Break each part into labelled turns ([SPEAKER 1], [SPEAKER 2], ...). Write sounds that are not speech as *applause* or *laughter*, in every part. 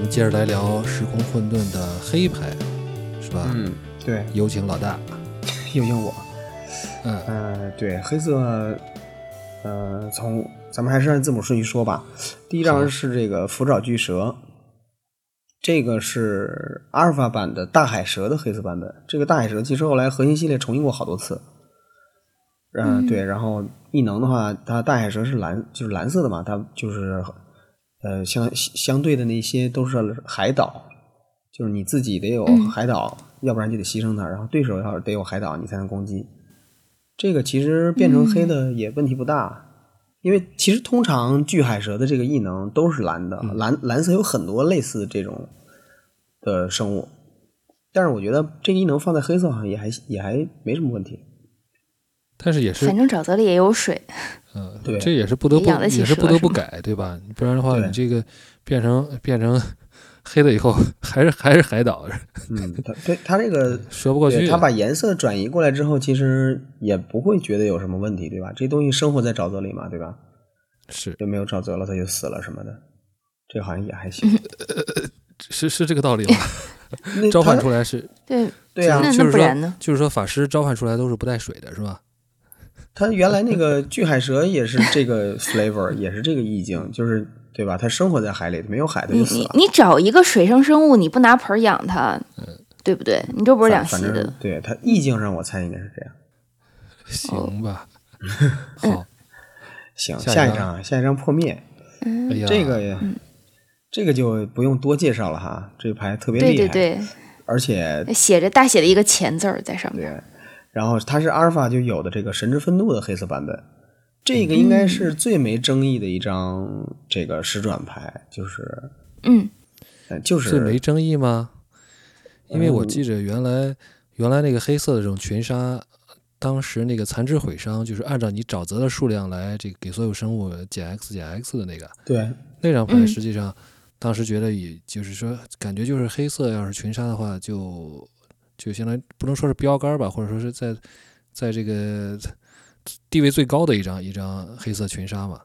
[SPEAKER 1] 们接着来聊《时空混沌》的黑牌，是吧？
[SPEAKER 2] 嗯，对，
[SPEAKER 1] 有请老大。
[SPEAKER 2] 有请我。
[SPEAKER 1] 嗯
[SPEAKER 2] 呃，对，黑色，呃，从咱们还是按字母顺序说吧。第一张是这个浮爪巨蛇，这个是阿尔法版的大海蛇的黑色版本。这个大海蛇其实后来核心系列重印过好多次。嗯、对，然后异能的话，它大海蛇是蓝，就是蓝色的嘛，它就是呃相相对的那些都是海岛，就是你自己得有海岛，要不然就得牺牲它，然后对手要是得有海岛，你才能攻击。这个其实变成黑的也问题不大，因为其实通常巨海蛇的这个异能都是蓝的，蓝蓝色有很多类似这种的生物，但是我觉得这个异能放在黑色好像也还也还没什么问题。
[SPEAKER 1] 但是也是
[SPEAKER 3] 反，正沼泽里也有水，
[SPEAKER 1] 嗯，
[SPEAKER 2] 对
[SPEAKER 1] 这也是不得不
[SPEAKER 3] 也养得起
[SPEAKER 1] 也是
[SPEAKER 3] 蛇
[SPEAKER 1] 不得不
[SPEAKER 3] 是吗
[SPEAKER 1] 改，对吧？你不然的话，
[SPEAKER 2] 对
[SPEAKER 1] 你这个变成变成 *laughs* 黑了以后， *laughs* 还是还是海岛，
[SPEAKER 2] 嗯，它 *laughs* 对它这个
[SPEAKER 1] 说不过
[SPEAKER 2] 对
[SPEAKER 1] 去。
[SPEAKER 2] 他把颜色转移过来之后，其实也不会觉得有什么问题，对吧？这东西生活在沼泽里嘛，对吧？
[SPEAKER 1] 是
[SPEAKER 2] 就没有沼泽了，它就死了什么的，这好像也还行。
[SPEAKER 1] 是是这个道理
[SPEAKER 3] *laughs*
[SPEAKER 1] 吗？
[SPEAKER 2] 那
[SPEAKER 1] 召唤
[SPEAKER 2] 它
[SPEAKER 1] 出来是
[SPEAKER 3] 对，
[SPEAKER 2] 对啊
[SPEAKER 3] 那，
[SPEAKER 1] 就是
[SPEAKER 3] 不
[SPEAKER 1] 说
[SPEAKER 3] 然呢？
[SPEAKER 1] 就是说法师召唤出来都是不带水的，是吧？
[SPEAKER 2] 它原来那个巨海蛇也是这个 flavor，也是这个意境，就是对吧？它生活在海里，没有啊海它
[SPEAKER 3] 你
[SPEAKER 2] 就死
[SPEAKER 3] 你
[SPEAKER 2] 了。
[SPEAKER 3] 你找一个水生生物，你不拿盆儿养它，对不对？你这不是两
[SPEAKER 2] 嗯反
[SPEAKER 3] 栖
[SPEAKER 2] 反正
[SPEAKER 3] 的。
[SPEAKER 2] 对它意境上，我猜应该是这样。
[SPEAKER 1] 行吧，
[SPEAKER 3] 哦
[SPEAKER 1] *laughs* 好，
[SPEAKER 2] 行，
[SPEAKER 1] 下一
[SPEAKER 2] 下一
[SPEAKER 1] 张
[SPEAKER 2] 张啊，下一张破灭，
[SPEAKER 1] 哎呀，
[SPEAKER 2] 这个也这个就不用多介绍了哈，这牌特别
[SPEAKER 3] 对
[SPEAKER 2] 厉害，
[SPEAKER 3] 对对，
[SPEAKER 2] 而且
[SPEAKER 3] 写着大写的一个“钱”字儿在上面。
[SPEAKER 2] 对，然后它是阿尔法就有的这个神之愤怒的黑色版本，这
[SPEAKER 1] 嗯
[SPEAKER 2] 个应该是最没争议的一张这个十转牌，就是
[SPEAKER 3] 嗯，
[SPEAKER 2] 呃就是嗯
[SPEAKER 1] 这没争议吗？因为我记着原来原来那个黑色的这种群杀，当时那个残肢毁伤就是按照你沼泽的数量来这个给所有生物减 x 减 x 的那个
[SPEAKER 2] 对
[SPEAKER 1] 那张牌，
[SPEAKER 3] 嗯
[SPEAKER 1] 实际上、当时觉得也就是说感觉就是黑色要是群杀的话就就相当于不能说是标杆吧，或者说是在在这个地位最高的一张一张黑色群杀嘛。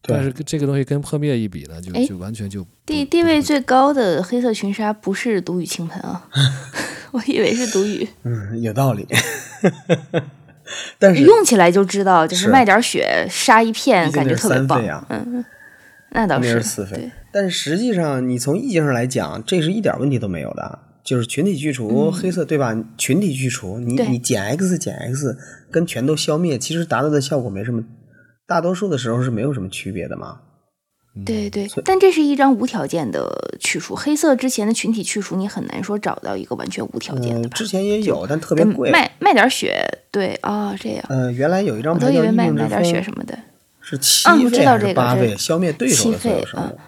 [SPEAKER 2] 对
[SPEAKER 1] 但是跟这个东西跟破灭一比呢，就
[SPEAKER 3] 哎
[SPEAKER 1] 就完全就不
[SPEAKER 3] 地
[SPEAKER 1] 不
[SPEAKER 3] 地位
[SPEAKER 1] 是
[SPEAKER 3] 最高的黑色群鲨不是毒雨倾
[SPEAKER 2] *laughs*
[SPEAKER 3] 盆啊， *laughs* 我以为是毒雨，
[SPEAKER 2] 嗯，有道理， *laughs* 但是
[SPEAKER 3] 用起来就知道，就是是卖点血杀一片，
[SPEAKER 2] 毕竟
[SPEAKER 3] 感
[SPEAKER 2] 那
[SPEAKER 3] 觉
[SPEAKER 2] 是
[SPEAKER 3] 特别
[SPEAKER 2] 三
[SPEAKER 3] 棒
[SPEAKER 2] 费。啊，
[SPEAKER 3] 那倒
[SPEAKER 2] 那
[SPEAKER 3] 是
[SPEAKER 2] 是四费
[SPEAKER 3] 对，
[SPEAKER 2] 但是实际上你从意境上来讲，这是一点问题都没有的。就是群体去除、黑色对吧？群体去除，你
[SPEAKER 3] 嗯对
[SPEAKER 2] 你减 x 减 x 跟全都消灭，其实达到的效果没什么，大多数的时候是没有什么区别的嘛。
[SPEAKER 1] 嗯
[SPEAKER 3] 对对，
[SPEAKER 2] 嗯
[SPEAKER 3] 但这是一张无条件的去除，黑色之前的群体去除，你很难说找到一个完全无条件
[SPEAKER 2] 嗯，
[SPEAKER 3] 的吧？
[SPEAKER 2] 之前也有，但特别
[SPEAKER 3] 得
[SPEAKER 2] 贵。
[SPEAKER 3] 嗯卖卖点血，对啊、哦，这样，
[SPEAKER 2] 呃，原来有一张
[SPEAKER 3] 我
[SPEAKER 2] 牌
[SPEAKER 3] 都以
[SPEAKER 2] 叫《
[SPEAKER 3] 为
[SPEAKER 2] 异
[SPEAKER 3] 卖
[SPEAKER 2] 境之
[SPEAKER 3] 卖点血
[SPEAKER 2] 风》，
[SPEAKER 3] 什么的，
[SPEAKER 2] 是
[SPEAKER 3] 啊
[SPEAKER 2] 七
[SPEAKER 3] 我知
[SPEAKER 2] 费
[SPEAKER 3] 道
[SPEAKER 2] 还
[SPEAKER 3] 这
[SPEAKER 2] 是
[SPEAKER 3] 个
[SPEAKER 2] 八
[SPEAKER 3] 这
[SPEAKER 2] 费？
[SPEAKER 3] 个
[SPEAKER 2] 消灭对手的所有
[SPEAKER 3] 七费嗯
[SPEAKER 2] 生物。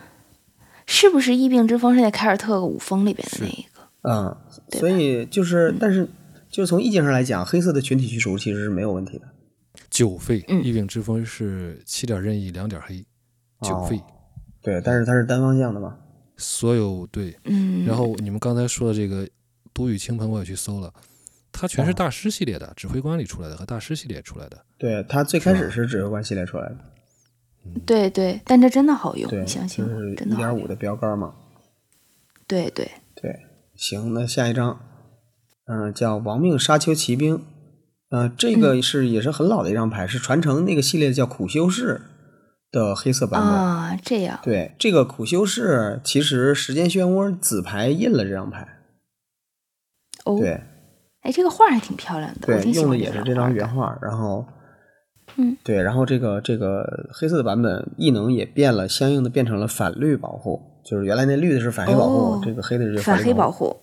[SPEAKER 3] 是不是《疫病之风》是在凯尔特五峰里边的那一个？
[SPEAKER 2] 嗯，
[SPEAKER 3] 对
[SPEAKER 2] 所以就是，但是就是从意境上来讲，黑色的群体去除其实是没有问题的。
[SPEAKER 1] 九费，
[SPEAKER 3] 嗯
[SPEAKER 1] 一柄之风是七点任意，两点黑，九费，
[SPEAKER 2] 哦对，但是它是单方向的嘛。
[SPEAKER 1] 所有对。
[SPEAKER 3] 嗯，
[SPEAKER 1] 然后你们刚才说的这个都雨倾盆，我也去搜了，它全
[SPEAKER 2] 哦
[SPEAKER 1] 是大师系列的，指挥官里出来的和大师系列出来的。
[SPEAKER 2] 对，它最开始是指挥官系列出来的，
[SPEAKER 3] 对对，但这真的好用，
[SPEAKER 2] 对，
[SPEAKER 3] 你相信
[SPEAKER 2] 就
[SPEAKER 3] 我
[SPEAKER 2] 是，
[SPEAKER 3] 真
[SPEAKER 2] 一
[SPEAKER 3] 的好
[SPEAKER 2] 点五
[SPEAKER 3] 用。
[SPEAKER 2] 的标杆嘛。
[SPEAKER 3] 对对，
[SPEAKER 2] 对，行，那下一张，嗯、叫《亡命沙丘骑兵》，呃，这
[SPEAKER 3] 嗯
[SPEAKER 2] 个是、也是很老的一张牌，是传承那个系列叫苦修士的黑色版本。
[SPEAKER 3] 啊，这样，
[SPEAKER 2] 对，这个苦修士其实时间漩涡紫牌印了这张牌，
[SPEAKER 3] 哦，
[SPEAKER 2] 对
[SPEAKER 3] 哎，这个画还挺漂亮的，我
[SPEAKER 2] 对，
[SPEAKER 3] 挺喜
[SPEAKER 2] 用的
[SPEAKER 3] 欢
[SPEAKER 2] 也是这
[SPEAKER 3] 画
[SPEAKER 2] 张
[SPEAKER 3] 的
[SPEAKER 2] 原画，然后，
[SPEAKER 3] 嗯，
[SPEAKER 2] 对，然后这个这个黑色的版本异能也变了，相应的变成了反绿保护，就是原来那绿的是反黑保护，
[SPEAKER 3] 哦
[SPEAKER 2] 这个黑的是
[SPEAKER 3] 反黑保
[SPEAKER 2] 护，
[SPEAKER 3] 护。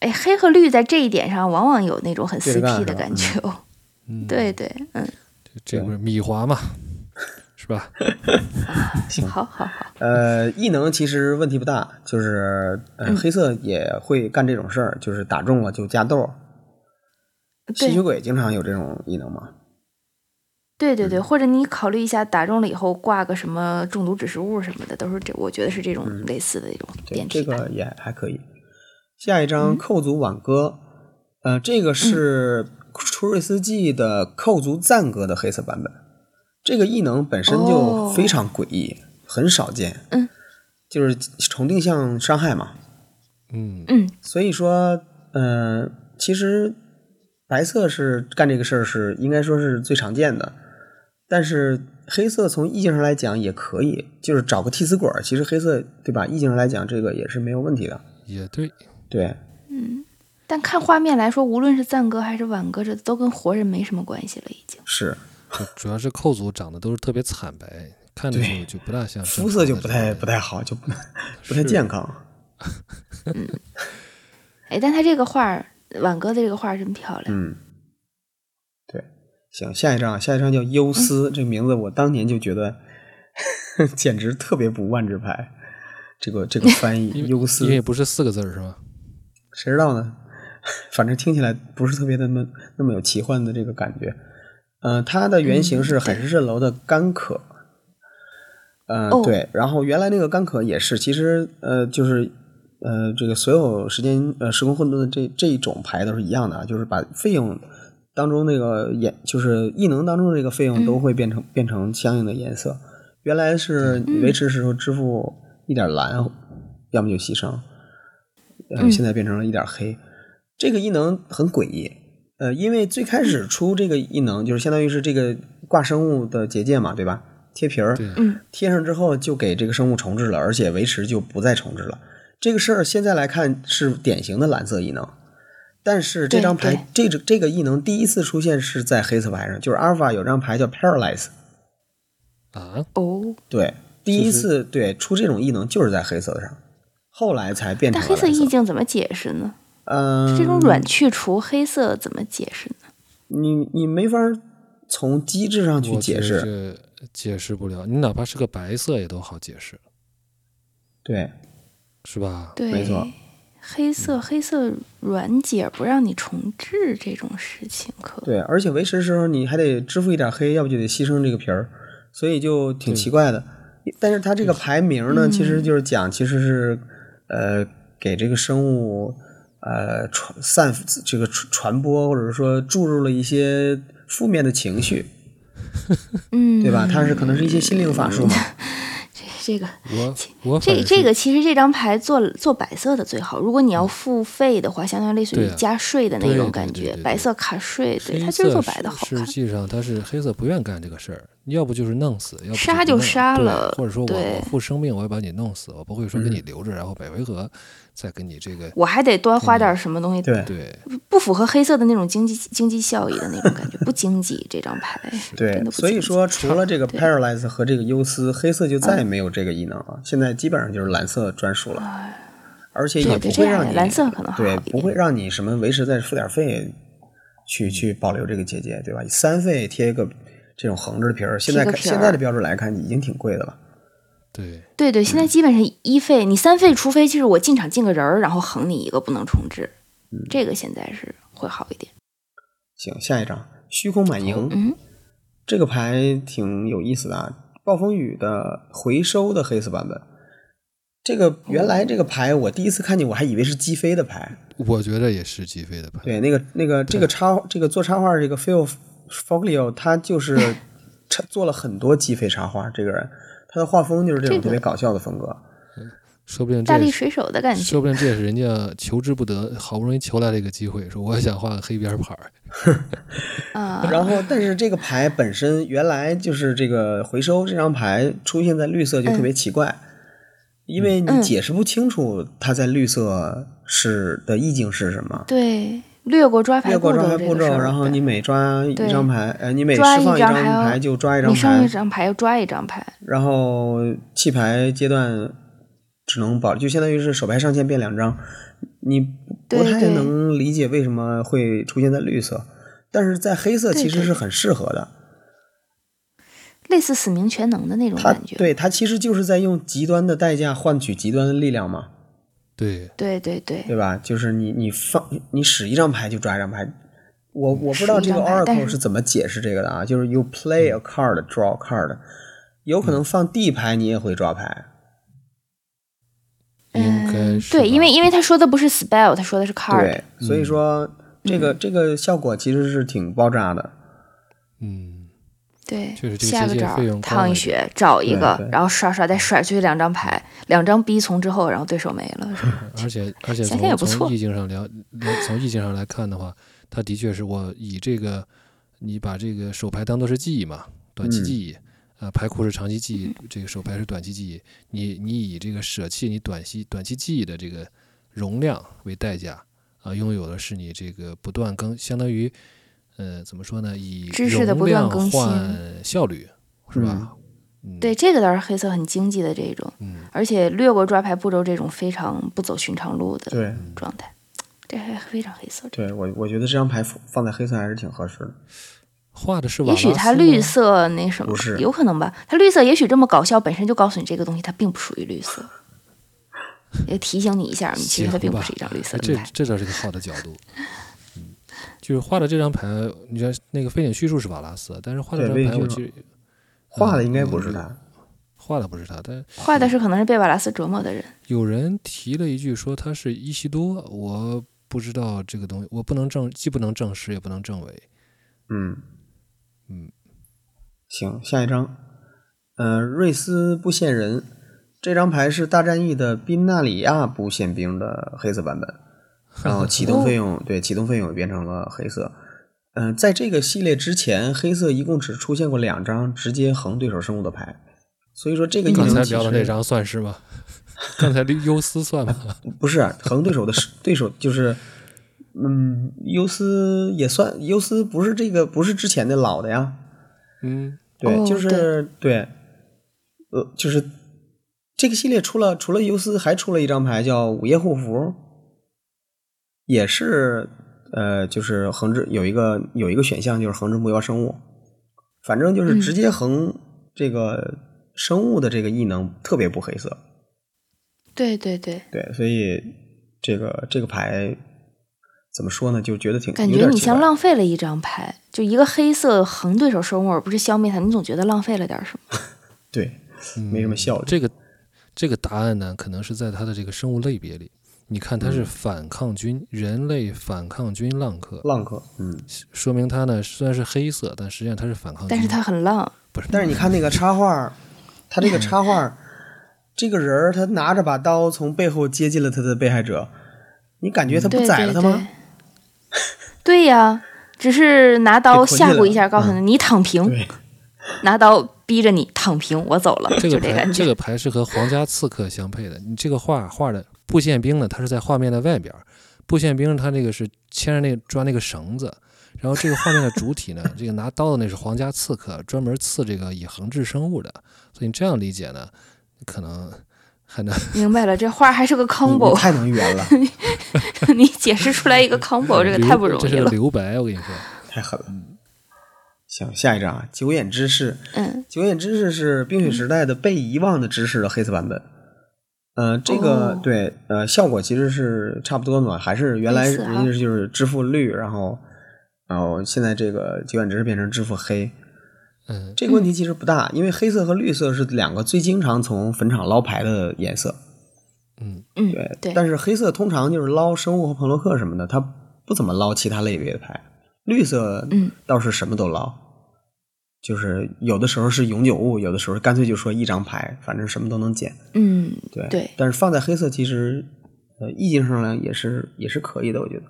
[SPEAKER 3] 哎，黑和绿在这一点上往往有那种很
[SPEAKER 2] 对着干
[SPEAKER 3] CP
[SPEAKER 2] 是
[SPEAKER 3] 的
[SPEAKER 2] 吧
[SPEAKER 3] 感觉哦。
[SPEAKER 1] 嗯，
[SPEAKER 3] 对对，嗯，
[SPEAKER 1] 这不是米华嘛，是吧？
[SPEAKER 3] 好好好，
[SPEAKER 2] 呃，异能其实问题不大，就是、
[SPEAKER 3] 嗯
[SPEAKER 2] 呃、黑色也会干这种事儿，就是打中了就加豆，吸血
[SPEAKER 3] 对
[SPEAKER 2] 鬼经常有这种异能嘛，
[SPEAKER 3] 对对
[SPEAKER 2] 嗯
[SPEAKER 3] 对，或者你考虑一下，打中了以后挂个什么中毒指示物什么的，都是这，我觉得是这种类似的这种
[SPEAKER 2] 嗯对，
[SPEAKER 3] 电
[SPEAKER 2] 这
[SPEAKER 3] 梯嗯吧。
[SPEAKER 2] 个也还可以。下一张寇族挽歌，呃，这个是
[SPEAKER 3] 嗯
[SPEAKER 2] 初瑞斯基的寇族赞歌的黑色版本。这个异能本身就
[SPEAKER 3] 哦
[SPEAKER 2] 非常诡异，很少见。
[SPEAKER 3] 嗯，
[SPEAKER 2] 就是重定向伤害嘛。
[SPEAKER 1] 嗯
[SPEAKER 3] 嗯，
[SPEAKER 2] 所以说，嗯，其实白色是干这个事儿是应该说是最常见的，但是黑色从意境上来讲也可以，就是找个替死鬼儿，其实黑色对吧？意境上来讲这个也是没有问题的，
[SPEAKER 1] 也对，
[SPEAKER 2] 对，
[SPEAKER 3] 但看画面来说，无论是赞歌还是挽歌，这都跟活人没什么关系了，已经。
[SPEAKER 2] 是
[SPEAKER 1] 就主要是扣族长得都是特别惨白，看着就就不大像
[SPEAKER 2] 肤色就不太不
[SPEAKER 1] 太
[SPEAKER 2] 太好，就不不太健康。
[SPEAKER 3] 哎，但他这个画儿，挽歌的这个画儿真漂亮。
[SPEAKER 2] 嗯，对，行，下一张，下一张叫忧
[SPEAKER 1] 嗯
[SPEAKER 2] 思，这个名字我当年就觉得 *laughs* 简直特别不万智牌。这个这个翻译忧思
[SPEAKER 1] 因为也不是四个字儿是吧？
[SPEAKER 2] 谁知道呢？ *laughs* 反正听起来不是特别的那么那么有奇幻的这个感觉。呃，它的原型是海市蜃楼的干渴。呃，
[SPEAKER 3] 哦
[SPEAKER 2] 对，然后原来那个干渴也是，其实呃就是呃这个所有时间呃时空混沌的这这一种牌都是一样的，啊，就是把费用当中那个颜就是异能当中这个费用都会变成、变成相应的颜色。原来是
[SPEAKER 3] 嗯
[SPEAKER 2] 维持时候支付一点蓝，要么就牺牲，呃，
[SPEAKER 3] 嗯
[SPEAKER 2] 现在变成了一点黑。这个异能很诡异，呃，因为最开始出这个异能就是相当于是这个挂生物的结界嘛，对吧？贴皮儿，
[SPEAKER 1] 对
[SPEAKER 3] 嗯
[SPEAKER 2] 贴上之后就给这个生物重置了，而且维持就不再重置了。这个事儿现在来看是典型的蓝色异能，但是这张
[SPEAKER 3] 对
[SPEAKER 2] 牌这这这个异能第一次出现是在黑色牌上，就是阿尔法有张牌叫 Paralyze，
[SPEAKER 1] 啊，
[SPEAKER 3] 哦，
[SPEAKER 2] 对，第一
[SPEAKER 1] 就是
[SPEAKER 2] 次对出这种异能就是在黑色的上，后来才变成了
[SPEAKER 3] 但黑色
[SPEAKER 2] 蓝
[SPEAKER 3] 意境怎么解释呢？
[SPEAKER 2] 嗯，
[SPEAKER 3] 这种软去除黑色怎么解释呢？
[SPEAKER 2] 你你没法从机制上去
[SPEAKER 1] 我觉
[SPEAKER 2] 解
[SPEAKER 1] 得
[SPEAKER 2] 释，
[SPEAKER 1] 这解释不了，你哪怕是个白色也都好解释，
[SPEAKER 2] 对
[SPEAKER 1] 是吧？
[SPEAKER 3] 对，
[SPEAKER 2] 没错嗯
[SPEAKER 3] 黑色黑色软解不让你重置这种事情可，
[SPEAKER 2] 对，而且维持的时候你还得支付一点黑，要不就得牺牲这个皮儿，所以就挺奇怪的。但是它这个
[SPEAKER 1] 嗯
[SPEAKER 2] 牌名
[SPEAKER 3] 嗯
[SPEAKER 2] 呢，其实就是讲其实是呃给这个生物呃传散这个传传播或者说注入了一些负面的情绪，
[SPEAKER 3] 嗯，
[SPEAKER 2] 对吧？它是可能是一些心灵法术嘛。
[SPEAKER 3] 这这个
[SPEAKER 1] 我我反
[SPEAKER 3] 这
[SPEAKER 1] 正
[SPEAKER 3] 这
[SPEAKER 1] 是
[SPEAKER 3] 个其实这张牌做做白色的最好。如果你要付费的话，相当于类似于
[SPEAKER 1] 对啊
[SPEAKER 3] 加税的那
[SPEAKER 1] 对
[SPEAKER 3] 种
[SPEAKER 1] 对
[SPEAKER 3] 感
[SPEAKER 1] 对
[SPEAKER 3] 觉，
[SPEAKER 1] 对
[SPEAKER 3] 白
[SPEAKER 1] 对
[SPEAKER 3] 色卡税，对，
[SPEAKER 1] 黑
[SPEAKER 3] 它就是做
[SPEAKER 1] 色
[SPEAKER 3] 白的好
[SPEAKER 1] 实
[SPEAKER 3] 看。
[SPEAKER 1] 实际上，他是黑色不愿干这个事儿，要不就是弄死，要不
[SPEAKER 3] 杀
[SPEAKER 1] 就
[SPEAKER 3] 就
[SPEAKER 1] 不弄
[SPEAKER 3] 杀
[SPEAKER 1] 对
[SPEAKER 3] 了
[SPEAKER 1] 或者说我
[SPEAKER 3] 对
[SPEAKER 1] 我付生命，我要把你弄死，我不会说给你留着，然后百回合再给你这个
[SPEAKER 3] 我还得多花点什么东西，
[SPEAKER 2] 对
[SPEAKER 1] 对
[SPEAKER 3] 不符合黑色的那种经济经济效益的那种感觉，不经济这张牌。
[SPEAKER 2] 对
[SPEAKER 3] 真的，不
[SPEAKER 2] 所以
[SPEAKER 3] 经济
[SPEAKER 2] 说除了这个
[SPEAKER 3] 对嗯
[SPEAKER 2] paralyze 和这个忧思，黑色就再也没有这个异能了，现在基本上就是蓝色专属了，而且也
[SPEAKER 3] 哎对
[SPEAKER 2] 不会
[SPEAKER 3] 对，这样
[SPEAKER 2] 让
[SPEAKER 3] 的
[SPEAKER 2] 你
[SPEAKER 3] 蓝色可能还
[SPEAKER 2] 对
[SPEAKER 3] 好一
[SPEAKER 2] 不
[SPEAKER 3] 点。嗯
[SPEAKER 2] 会让你什么维持再付点费去去保留这个结界，对吧？三费贴一个这种横着的皮儿，现在
[SPEAKER 3] 贴个
[SPEAKER 2] 看
[SPEAKER 3] 皮儿
[SPEAKER 2] 现在的标准来看已经挺贵的了，
[SPEAKER 1] 对
[SPEAKER 3] 对对，现在基本上一费，你三费，除非就是我进场进个人儿，然后横你一个不能重置，这个现在是会好一点。
[SPEAKER 2] 行，下一张虚空满盈，
[SPEAKER 3] 嗯
[SPEAKER 2] 这个牌挺有意思的啊，暴风雨的回收的黑色版本。这
[SPEAKER 3] 哦
[SPEAKER 2] 个原来这个牌我第一次看见，我还以为是击飞的牌，
[SPEAKER 1] 我觉得也是击飞的牌，
[SPEAKER 2] 对，那个那个这个插这个做插画这个 Phil Foglio，他就是
[SPEAKER 3] *laughs*
[SPEAKER 2] 插做了很多击飞插画。这个人，他的画风就是这
[SPEAKER 3] 这
[SPEAKER 2] 种
[SPEAKER 3] 个
[SPEAKER 2] 特别搞笑的风格。
[SPEAKER 1] 说不定这
[SPEAKER 3] 大力
[SPEAKER 1] 也是
[SPEAKER 3] 水手的感觉，
[SPEAKER 1] 说不定这也是人家求之不得，好不容易求来了一个机会，说我也想画个黑边牌儿，
[SPEAKER 3] 啊，
[SPEAKER 2] 然后，但是这个牌本身原来就是这个回收这张牌出现在绿色就特别奇怪，因为你
[SPEAKER 3] 嗯
[SPEAKER 2] 解释不清楚它在绿色是的意境是什么。
[SPEAKER 3] 对，略过抓牌
[SPEAKER 2] 越过
[SPEAKER 3] 步骤
[SPEAKER 2] 抓
[SPEAKER 3] 这
[SPEAKER 2] 牌
[SPEAKER 3] 个
[SPEAKER 2] 步骤，
[SPEAKER 3] 事儿
[SPEAKER 2] 然后
[SPEAKER 3] 对
[SPEAKER 2] 你每抓一
[SPEAKER 3] 对
[SPEAKER 2] 张牌，呃，你每释
[SPEAKER 3] 抓一
[SPEAKER 2] 放
[SPEAKER 3] 张
[SPEAKER 2] 张
[SPEAKER 3] 还要
[SPEAKER 2] 牌就抓一张
[SPEAKER 3] 你上
[SPEAKER 2] 牌
[SPEAKER 3] 一，张牌要抓一张牌，
[SPEAKER 2] 然后弃牌阶段只能保，就相当于是手牌上限变两张，你不
[SPEAKER 3] 对
[SPEAKER 2] 太
[SPEAKER 3] 对
[SPEAKER 2] 能理解为什么会出现在绿色，但是在黑色
[SPEAKER 3] 对
[SPEAKER 2] 其实
[SPEAKER 3] 对
[SPEAKER 2] 是很适合的。
[SPEAKER 3] 类似死命全能的那种
[SPEAKER 2] 它
[SPEAKER 3] 感觉。
[SPEAKER 2] 对它其实就是在用极端的代价换取极端的力量嘛，
[SPEAKER 1] 对，
[SPEAKER 3] 对对对
[SPEAKER 2] 对吧？就是你你放你使一张牌就抓一张牌。我我不知道
[SPEAKER 3] 使
[SPEAKER 2] 这
[SPEAKER 3] 一
[SPEAKER 2] 个
[SPEAKER 3] 张牌但
[SPEAKER 2] Oracle
[SPEAKER 3] 是
[SPEAKER 2] 是怎么解释这个的啊，就是 you play a card, draw a card，有可能放 D 牌你也会抓牌，
[SPEAKER 1] 应该
[SPEAKER 3] 嗯，
[SPEAKER 1] 是吧
[SPEAKER 3] 对，因为因为他说的不是 spell，他说的是嗯 card，嗯
[SPEAKER 2] 对，所以说这个这个效果其实是挺爆炸的。
[SPEAKER 1] 嗯，
[SPEAKER 3] 对，
[SPEAKER 1] 确实这
[SPEAKER 3] 下
[SPEAKER 1] 个
[SPEAKER 3] 个
[SPEAKER 1] 结界
[SPEAKER 3] 招
[SPEAKER 1] 费用高
[SPEAKER 3] 儿趟
[SPEAKER 1] 了
[SPEAKER 3] 一
[SPEAKER 1] 一
[SPEAKER 3] 血找一
[SPEAKER 2] 对
[SPEAKER 3] 个
[SPEAKER 2] 对，
[SPEAKER 3] 然后刷刷再甩出去两张牌，两张逼从之后，然后对手没了。
[SPEAKER 2] *laughs*
[SPEAKER 3] 是吧
[SPEAKER 1] 而且而且
[SPEAKER 3] 想想也
[SPEAKER 1] 从
[SPEAKER 3] 不
[SPEAKER 1] 从
[SPEAKER 3] 错
[SPEAKER 1] 意境上聊，聊从意境上来看的话，它的确是我以这个你把这个手牌当做是记忆嘛，短期
[SPEAKER 2] 嗯
[SPEAKER 1] 记忆，呃，牌库是长期记忆，这个手牌是短期记忆，你你以这个舍弃你短期短期记忆的这个容量为代价啊、拥有的是你这个不断更，相当于呃怎么说呢，以
[SPEAKER 3] 知识的
[SPEAKER 1] 容
[SPEAKER 3] 不断
[SPEAKER 1] 量
[SPEAKER 3] 更新
[SPEAKER 1] 换效率是吧？嗯，
[SPEAKER 3] 对，这个倒是黑色很经济的这种，
[SPEAKER 1] 嗯
[SPEAKER 3] 而且略过抓牌步骤这种非常不走寻常路的
[SPEAKER 2] 对
[SPEAKER 3] 状态，这还非常黑色。这
[SPEAKER 2] 对，我我觉得这张牌放在黑色还是挺合适的。
[SPEAKER 1] 画的是瓦
[SPEAKER 3] 也
[SPEAKER 1] 拉
[SPEAKER 3] 许它
[SPEAKER 1] 斯
[SPEAKER 3] 绿
[SPEAKER 1] 吗
[SPEAKER 3] 色那什么
[SPEAKER 2] 不是，
[SPEAKER 3] 有可能吧？它绿色也许这么搞笑，本身就告诉你这个东西它并不属于
[SPEAKER 2] *laughs*
[SPEAKER 3] 绿色，也提醒你一下，你嗯其实它
[SPEAKER 1] 行
[SPEAKER 3] 并不
[SPEAKER 1] 吧
[SPEAKER 3] 是一张绿色
[SPEAKER 1] 哎
[SPEAKER 3] 的
[SPEAKER 1] 这
[SPEAKER 3] 牌。
[SPEAKER 1] 这倒是个好的角
[SPEAKER 3] *laughs*
[SPEAKER 1] 度。嗯，就是画的这张牌，你看那个飞顶叙述是瓦拉斯，但是画的这
[SPEAKER 2] 对
[SPEAKER 1] 张牌，
[SPEAKER 2] 飞
[SPEAKER 1] 我
[SPEAKER 2] 顶
[SPEAKER 1] 其
[SPEAKER 2] 叙
[SPEAKER 1] 实嗯
[SPEAKER 2] 画的应该不是他，
[SPEAKER 1] 画的不是他，但
[SPEAKER 3] 画的是可能是被瓦拉斯折磨的人，
[SPEAKER 1] 有人提了一句说他是伊西多，我不知道这个东西，我不能证，既不能证实，也不能证伪。
[SPEAKER 2] 嗯
[SPEAKER 1] 嗯，
[SPEAKER 2] 行，下一张，呃，瑞斯布线人这张牌是大战役的宾纳里亚布宪兵的黑色
[SPEAKER 1] *laughs*
[SPEAKER 2] 版本，然后启动费用、对启动费用也变成了黑色。嗯、在这个系列之前，黑色一共只出现过两张直接横对手生物的牌，所以说这个异
[SPEAKER 1] 刚
[SPEAKER 2] 能
[SPEAKER 1] 才
[SPEAKER 2] 其
[SPEAKER 1] 聊的
[SPEAKER 2] 实
[SPEAKER 1] 那张算是吗？ *laughs* 刚才的优思算吗？ *laughs*
[SPEAKER 2] 不是啊横对手的是对手就是，嗯，优斯也算优斯不是这个不是之前的老的呀，
[SPEAKER 1] 嗯，
[SPEAKER 2] 对，
[SPEAKER 3] 哦
[SPEAKER 2] 就是对，呃，就是这个系列出了除了尤斯，还出了一张牌叫午夜护符，也是呃，就是横置有一个有一个选项就是横置目标生物，反正就是
[SPEAKER 3] 嗯
[SPEAKER 2] 直接横这个生物的这个异能特别不黑色，
[SPEAKER 3] 对对对，
[SPEAKER 2] 对，所以这个这个牌怎么说呢，就觉得挺
[SPEAKER 3] 感
[SPEAKER 2] 有
[SPEAKER 3] 觉
[SPEAKER 2] 点
[SPEAKER 3] 你
[SPEAKER 2] 奇怪
[SPEAKER 3] 像浪费了一张牌，就一个黑色横对手生物，而不是消灭它，你总觉得浪费了点什么。
[SPEAKER 2] 对，
[SPEAKER 1] 嗯
[SPEAKER 2] 没什
[SPEAKER 3] 嗯
[SPEAKER 2] 么效率，
[SPEAKER 1] 这个这个答案呢，可能是在它的这个生物类别里。你看，它是反抗军，人类反抗军浪客，
[SPEAKER 2] 浪客，嗯。
[SPEAKER 1] 说明它呢虽然是黑色，但实际上它是反抗军。
[SPEAKER 3] 但是它很
[SPEAKER 2] 嗯
[SPEAKER 3] 浪，
[SPEAKER 1] 不是，
[SPEAKER 2] 但是你看那个插画儿，他这个插画儿，这个人儿他拿着把刀从背后接近了他的被害者，你感觉他不
[SPEAKER 3] 对
[SPEAKER 2] 宰了
[SPEAKER 3] 对
[SPEAKER 2] 他 *laughs*
[SPEAKER 3] 对，
[SPEAKER 2] 吗？
[SPEAKER 3] 对呀，只是拿刀
[SPEAKER 2] 捆起来
[SPEAKER 3] 吓唬一
[SPEAKER 2] 了嗯
[SPEAKER 3] 下，告诉你你躺平，
[SPEAKER 2] 对
[SPEAKER 3] 拿刀逼着你躺平，我走了，
[SPEAKER 1] 这
[SPEAKER 3] 就
[SPEAKER 1] 个
[SPEAKER 3] 这
[SPEAKER 1] 牌
[SPEAKER 3] 感
[SPEAKER 1] 这
[SPEAKER 3] 觉。
[SPEAKER 1] 个牌是和皇家刺客相配的。你这个画画的布线兵呢，它是在画面的外边儿，布线兵他那个是牵着那个抓那个绳子，然后这个画面的主体呢，这个拿刀的那是皇家刺客，专门刺这个以恒制生物的。所以你这样理解呢，可能还能
[SPEAKER 3] *laughs* 明白了，这画还是个
[SPEAKER 2] 你你
[SPEAKER 1] 嗯
[SPEAKER 3] combo，
[SPEAKER 2] 太能圆了，
[SPEAKER 3] *laughs* 你解释出来一个 combo，这个哦太不容
[SPEAKER 1] 呃哎这
[SPEAKER 3] 易
[SPEAKER 1] 是个
[SPEAKER 3] 了。
[SPEAKER 1] 留白，我跟你说，
[SPEAKER 2] 太狠了。行，下一张啊，久远之士，
[SPEAKER 3] 嗯，
[SPEAKER 2] 久远之士是冰雪时代的被遗忘的知识的黑色版本。呃，这个、
[SPEAKER 3] 哦
[SPEAKER 2] 对，呃，效果其实是差不多嘛，还是原来
[SPEAKER 3] 类似啊
[SPEAKER 2] 人家就是支付绿，然后，然后现在这个久远之士变成支付黑，
[SPEAKER 1] 嗯，
[SPEAKER 2] 这个问题其实不大，因为黑色和绿色是两个最经常从坟场捞牌的颜色。
[SPEAKER 3] 嗯
[SPEAKER 2] 对，，
[SPEAKER 3] 对，
[SPEAKER 2] 但是黑色通常就是捞生物和朋洛克什么的，它不怎么捞其他类别的牌。绿色
[SPEAKER 3] 嗯
[SPEAKER 2] 倒是什么都捞，就是有的时候是永久物，有的时候干脆就说一张牌，反正什么都能捡。
[SPEAKER 3] 嗯，
[SPEAKER 2] 对，
[SPEAKER 3] 对
[SPEAKER 2] 但是放在黑色其实，呃，意境上来也是也是可以的，我觉得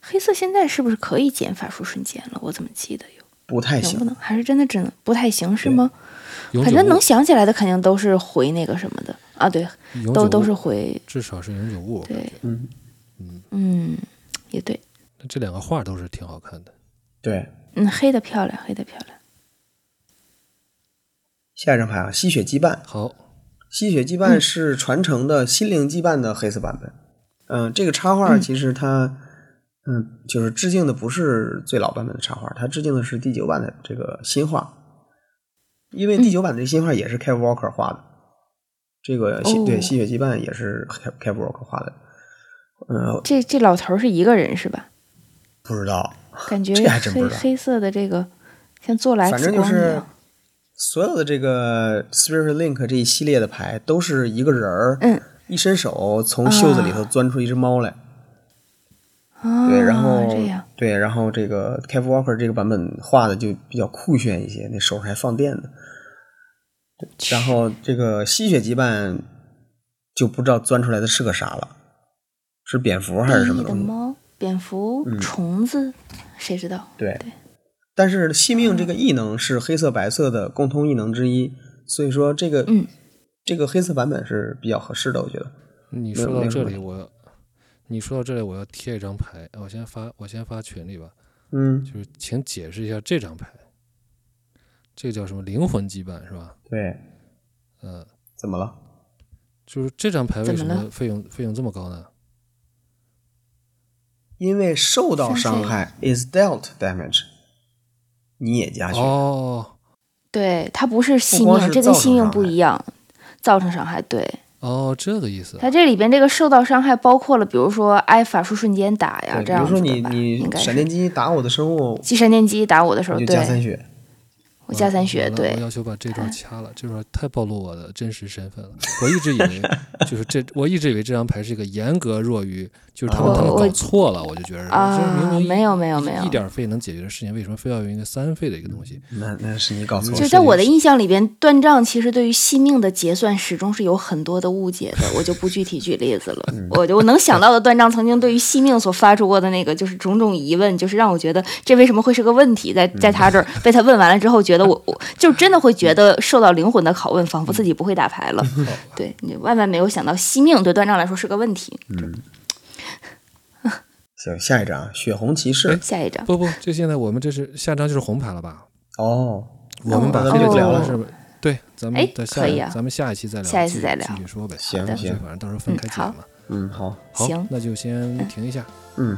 [SPEAKER 3] 黑色现在是不是可以减法术瞬间了？我怎么记得有？
[SPEAKER 2] 不太
[SPEAKER 3] 能不
[SPEAKER 2] 行。
[SPEAKER 3] 能？还是真的只能不太行是吗？
[SPEAKER 1] 永
[SPEAKER 3] 反
[SPEAKER 1] 久
[SPEAKER 3] 正能
[SPEAKER 1] 物
[SPEAKER 3] 想起来的肯定都是回那个什么的啊，对，
[SPEAKER 1] 永久
[SPEAKER 3] 都
[SPEAKER 1] 物
[SPEAKER 3] 都是回
[SPEAKER 1] 至少是永久物。
[SPEAKER 3] 对，
[SPEAKER 2] 嗯，
[SPEAKER 3] 嗯，也对，
[SPEAKER 1] 那这两个画都是挺好看的。
[SPEAKER 2] 对。
[SPEAKER 3] 嗯，黑的漂亮，黑的漂亮，
[SPEAKER 2] 下一张牌啊，吸血羁绊，
[SPEAKER 1] 好，
[SPEAKER 2] 吸血羁
[SPEAKER 3] 嗯
[SPEAKER 2] 绊是传承的心灵羁绊的黑色版本。嗯、这个插画其实它，嗯、就是致敬的不是最老版本的插画，它致敬的是第九版的这个新画，因为第九版的新画也是 Kev Walker 画的。这个吸、
[SPEAKER 3] 哦
[SPEAKER 2] 对吸血羁绊也是 Kev Kev Walker 画的。呃，
[SPEAKER 3] 这这老头儿是一个人是吧？
[SPEAKER 2] 不知道，
[SPEAKER 3] 感觉
[SPEAKER 2] 啊这还真不
[SPEAKER 3] 黑
[SPEAKER 2] 知道
[SPEAKER 3] 黑色的这个像做来
[SPEAKER 2] 反
[SPEAKER 3] 紫
[SPEAKER 2] 正就
[SPEAKER 3] 光一
[SPEAKER 2] 是
[SPEAKER 3] 样，
[SPEAKER 2] 所有的这个 Spirit Link 这一系列的牌都是一个人儿，
[SPEAKER 3] 嗯
[SPEAKER 2] 一伸手从袖子里头
[SPEAKER 3] 啊
[SPEAKER 2] 钻出一只猫来。
[SPEAKER 3] 啊，
[SPEAKER 2] 对，然后
[SPEAKER 3] 这样，
[SPEAKER 2] 对，然后这个 Kev Walker 这个版本画的就比较酷炫一些，那手上还放电呢。对然后这个吸血羁绊就不知道钻出来的是个啥了，是蝙蝠还是什
[SPEAKER 3] 变异
[SPEAKER 2] 么
[SPEAKER 3] 的
[SPEAKER 2] 东西？嗯
[SPEAKER 3] 猫、蝙蝠、虫子，谁知道？
[SPEAKER 2] 对
[SPEAKER 3] 对嗯
[SPEAKER 2] 但是惜命这个异能是黑色白色的共通异能之一，所以说这个
[SPEAKER 3] 嗯
[SPEAKER 2] 这个黑色版本是比较合适的，我觉得。
[SPEAKER 1] 你
[SPEAKER 2] 没有
[SPEAKER 1] 说到
[SPEAKER 2] 没有
[SPEAKER 1] 这
[SPEAKER 2] 什么
[SPEAKER 1] 里，我你说到这里，我要贴一张牌，啊我先发我先发群里吧，
[SPEAKER 2] 嗯，
[SPEAKER 1] 就是请解释一下这张牌，这个叫什么灵魂羁绊是吧？
[SPEAKER 2] 对，
[SPEAKER 1] 嗯、
[SPEAKER 2] 怎么了？
[SPEAKER 1] 就是这张牌为
[SPEAKER 3] 怎
[SPEAKER 1] 什
[SPEAKER 3] 么了
[SPEAKER 1] 么费用费用这么高呢？
[SPEAKER 2] 因为受到伤害 is dealt damage，你也加血。
[SPEAKER 1] 哦
[SPEAKER 3] 对，它不是性
[SPEAKER 2] 光
[SPEAKER 3] 命，
[SPEAKER 2] 是
[SPEAKER 3] 这跟
[SPEAKER 2] 造成
[SPEAKER 3] 性命
[SPEAKER 2] 伤
[SPEAKER 3] 不
[SPEAKER 2] 害
[SPEAKER 3] 一样，造成伤害。对，
[SPEAKER 1] 哦，这个意思啊。
[SPEAKER 3] 它这里边这个受到伤害包括了，比如说挨法术瞬间打
[SPEAKER 2] 对，
[SPEAKER 3] 呀啊这
[SPEAKER 2] 比如
[SPEAKER 3] 样子
[SPEAKER 2] 说
[SPEAKER 3] 的
[SPEAKER 2] 你
[SPEAKER 3] 吧
[SPEAKER 2] 你
[SPEAKER 3] 应该
[SPEAKER 2] 闪
[SPEAKER 3] 是
[SPEAKER 2] 电击打我的生物，
[SPEAKER 3] 击闪电击打我的时候，
[SPEAKER 2] 你就加三嗯
[SPEAKER 3] 对
[SPEAKER 2] 血。
[SPEAKER 3] 我加三
[SPEAKER 1] 完
[SPEAKER 3] 血，
[SPEAKER 1] 了我
[SPEAKER 3] 对
[SPEAKER 1] 要求把这段掐了，这 *laughs* 段太暴露我的真实身份了。 *laughs* 我一直以为就是这，我一直以为这张牌是一个严格弱于，就是他们
[SPEAKER 3] 我
[SPEAKER 1] 他们
[SPEAKER 3] 我
[SPEAKER 1] 搞错了，我就觉得这
[SPEAKER 3] 啊
[SPEAKER 1] 明，明
[SPEAKER 3] 没有没有
[SPEAKER 1] 一
[SPEAKER 3] 没有
[SPEAKER 1] 一，点费能解决的事情，为什么非要用一个三费的一个东西？
[SPEAKER 2] 那那是你搞错
[SPEAKER 3] 就是
[SPEAKER 2] 了。
[SPEAKER 3] 在我的印象里边，断账其实对于惜命的结算始终是有很多的误解的，我就不具体举例子了。我就我能想到的断账曾经对于惜命所发出过的那个就是种种疑问，就是让我觉得这为什么会是个问题，在在他 *laughs* 这儿被他问完了之后，觉得我我就真的会觉得受到灵魂的拷问，仿佛自己不会打牌了。对你万万没有想到惜命对断账来说是个问题。
[SPEAKER 2] 行，下一张啊血红骑士。
[SPEAKER 3] 下一张，
[SPEAKER 1] 不不，这现在我们这是下张就是红牌了吧？
[SPEAKER 2] 哦，
[SPEAKER 1] 我们把
[SPEAKER 2] 那
[SPEAKER 1] 这
[SPEAKER 2] 就
[SPEAKER 1] 个
[SPEAKER 2] 不聊了
[SPEAKER 1] 是不是？对，咱
[SPEAKER 3] 哎
[SPEAKER 1] 们的下
[SPEAKER 3] 可以啊
[SPEAKER 1] 咱们下一期再聊，
[SPEAKER 3] 下一次
[SPEAKER 1] 继续
[SPEAKER 3] 再聊
[SPEAKER 1] 继续说呗。
[SPEAKER 2] 行
[SPEAKER 1] 咱们
[SPEAKER 2] 行
[SPEAKER 1] 反正到时候分
[SPEAKER 3] 嗯
[SPEAKER 1] 开讲
[SPEAKER 3] 好
[SPEAKER 1] 嘛。
[SPEAKER 2] 嗯，好，
[SPEAKER 1] 好
[SPEAKER 3] 行，
[SPEAKER 1] 那就先停一下。
[SPEAKER 2] 嗯，